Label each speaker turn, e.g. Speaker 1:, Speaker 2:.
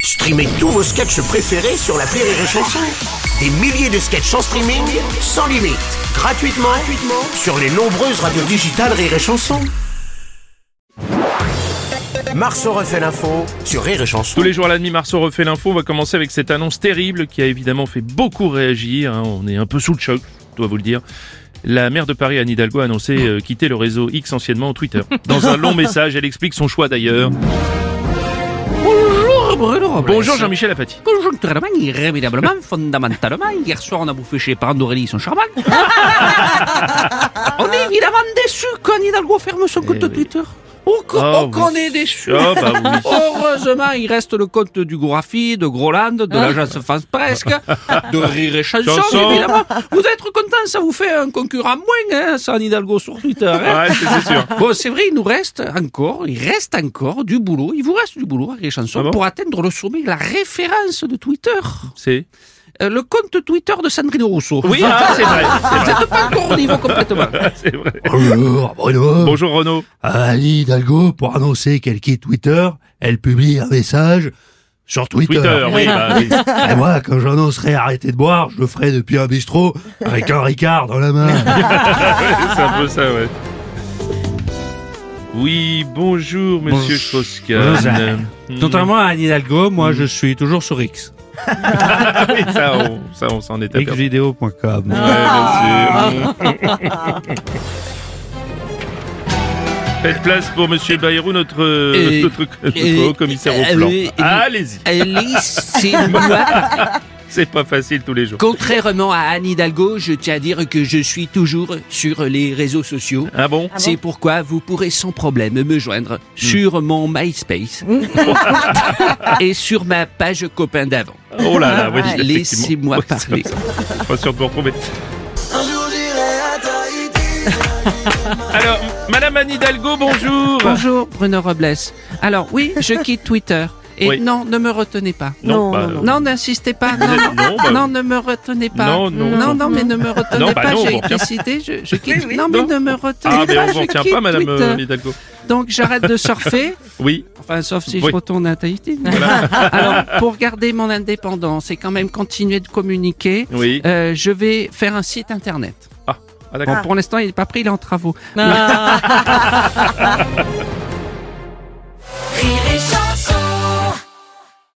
Speaker 1: Streamez tous vos sketchs préférés sur la Rire et Chanson. Des milliers de sketchs en streaming, sans limite, gratuitement, gratuitement sur les nombreuses radios digitales Rire et Chanson. Marceau refait l'info sur Rire et Chanson.
Speaker 2: Tous les jours à la demi, Marceau refait l'info. On va commencer avec cette annonce terrible qui a évidemment fait beaucoup réagir. hein. On est un peu sous le choc, je dois vous le dire. La maire de Paris, Anne Hidalgo, a annoncé euh, quitter le réseau X anciennement Twitter. Dans un long message, elle explique son choix d'ailleurs.
Speaker 3: Bonjour Bruno Robles.
Speaker 2: Bonjour Jean-Michel Apathy.
Speaker 3: Conjoncturellement, irrémédiablement, fondamentalement, hier soir on a bouffé chez Parent d'Aurélie son charmant. on est évidemment déçus quand Hidalgo ferme son compte Twitter. Oh, qu'on
Speaker 2: Eh Ah,
Speaker 3: oh, qu'on
Speaker 2: oui.
Speaker 3: est déçus
Speaker 2: Ah, bah oui.
Speaker 3: Heureusement, il reste le compte du Gourafi, de Groland, de l'agence France Presque, de Rire et Chanson,
Speaker 2: Ah. Chanson.
Speaker 3: évidemment. Vous êtes contents, ça vous fait un concurrent moins, hein, ça, Hidalgo sur Twitter. hein.
Speaker 2: Ouais, c'est c'est sûr.
Speaker 3: Bon, c'est vrai, il nous reste encore, il reste encore du boulot, il vous reste du boulot, les chansons,
Speaker 2: Ah bon
Speaker 3: pour atteindre le sommet, la référence de Twitter.
Speaker 2: C'est.
Speaker 3: Euh, le compte Twitter de Sandrine Rousseau.
Speaker 2: Oui, ah, c'est vrai. c'est
Speaker 3: Vous
Speaker 2: vrai, Ah,
Speaker 3: n'êtes pas encore au niveau complètement.
Speaker 2: C'est vrai.
Speaker 4: Bonjour Bruno.
Speaker 2: Bonjour Renaud.
Speaker 4: Anne Hidalgo, pour annoncer qu'elle quitte Twitter, elle publie un message sur Twitter.
Speaker 2: Twitter, oui, bah, oui.
Speaker 4: Et moi, quand j'annoncerai arrêter de boire, je le ferai depuis un bistrot avec un Ricard dans la main.
Speaker 2: C'est un peu ça, ouais. Oui, bonjour Monsieur Toscan.
Speaker 5: Bonjour, Jean.
Speaker 2: Hmm.
Speaker 5: Contrairement à Anne Hidalgo, moi je suis toujours sur X.
Speaker 2: Ah Oui, ça, on, ça, on s'en est aperçu.
Speaker 5: Xvideo.com.
Speaker 2: Ouais, bien sûr. Faites place pour Monsieur Bayrou, notre,
Speaker 3: Et-
Speaker 2: notre, notre
Speaker 3: et-
Speaker 2: commissaire
Speaker 3: et-
Speaker 2: au plan.
Speaker 3: et-
Speaker 2: Allez-y,
Speaker 3: Alice, c'est moi.
Speaker 2: c'est pas facile tous les jours.
Speaker 3: Contrairement à Anne Hidalgo, je tiens à dire que je suis toujours sur les réseaux sociaux.
Speaker 2: Ah bon
Speaker 3: C'est pourquoi vous pourrez sans problème me
Speaker 2: Hmm.
Speaker 3: joindre sur mon MySpace et sur ma page copain d'avant.
Speaker 2: Oh là là, oui, effectivement.
Speaker 3: Ah. Laissez-moi
Speaker 2: Oui, c'est
Speaker 3: parler.
Speaker 2: ça. Je suis pas sûr de vous retrouver. Alors, Madame Anne Hidalgo, bonjour.
Speaker 3: Bonjour Bruno Robles. Alors oui, je quitte Twitter. Et
Speaker 2: Oui.
Speaker 3: non, ne me retenez pas.
Speaker 2: Non, bah,
Speaker 3: Non, n'insistez pas. Non,
Speaker 2: êtes- non, bah,
Speaker 3: non, ne me retenez pas.
Speaker 2: Non, non, non.
Speaker 3: non, mais ne me retenez
Speaker 2: Non, bah
Speaker 3: pas.
Speaker 2: non,
Speaker 3: J'ai
Speaker 2: bon, tiens.
Speaker 3: décidé, je, je quitte. Non, mais
Speaker 2: Non.
Speaker 3: ne me retenez
Speaker 2: Ah, mais
Speaker 3: pas.
Speaker 2: on
Speaker 3: je
Speaker 2: vous retient
Speaker 3: quitte
Speaker 2: pas, Madame
Speaker 3: Twitter.
Speaker 2: euh, Hidalgo.
Speaker 3: Donc j'arrête de surfer.
Speaker 2: Oui.
Speaker 3: Enfin, sauf si
Speaker 2: Oui.
Speaker 3: je retourne à Tahiti. Alors, pour garder mon indépendance et quand même continuer de communiquer,
Speaker 2: Oui.
Speaker 3: euh, je vais faire un site internet.
Speaker 2: Ah, d'accord.
Speaker 3: Bon, pour l'instant, il n'est pas pris, il est en travaux.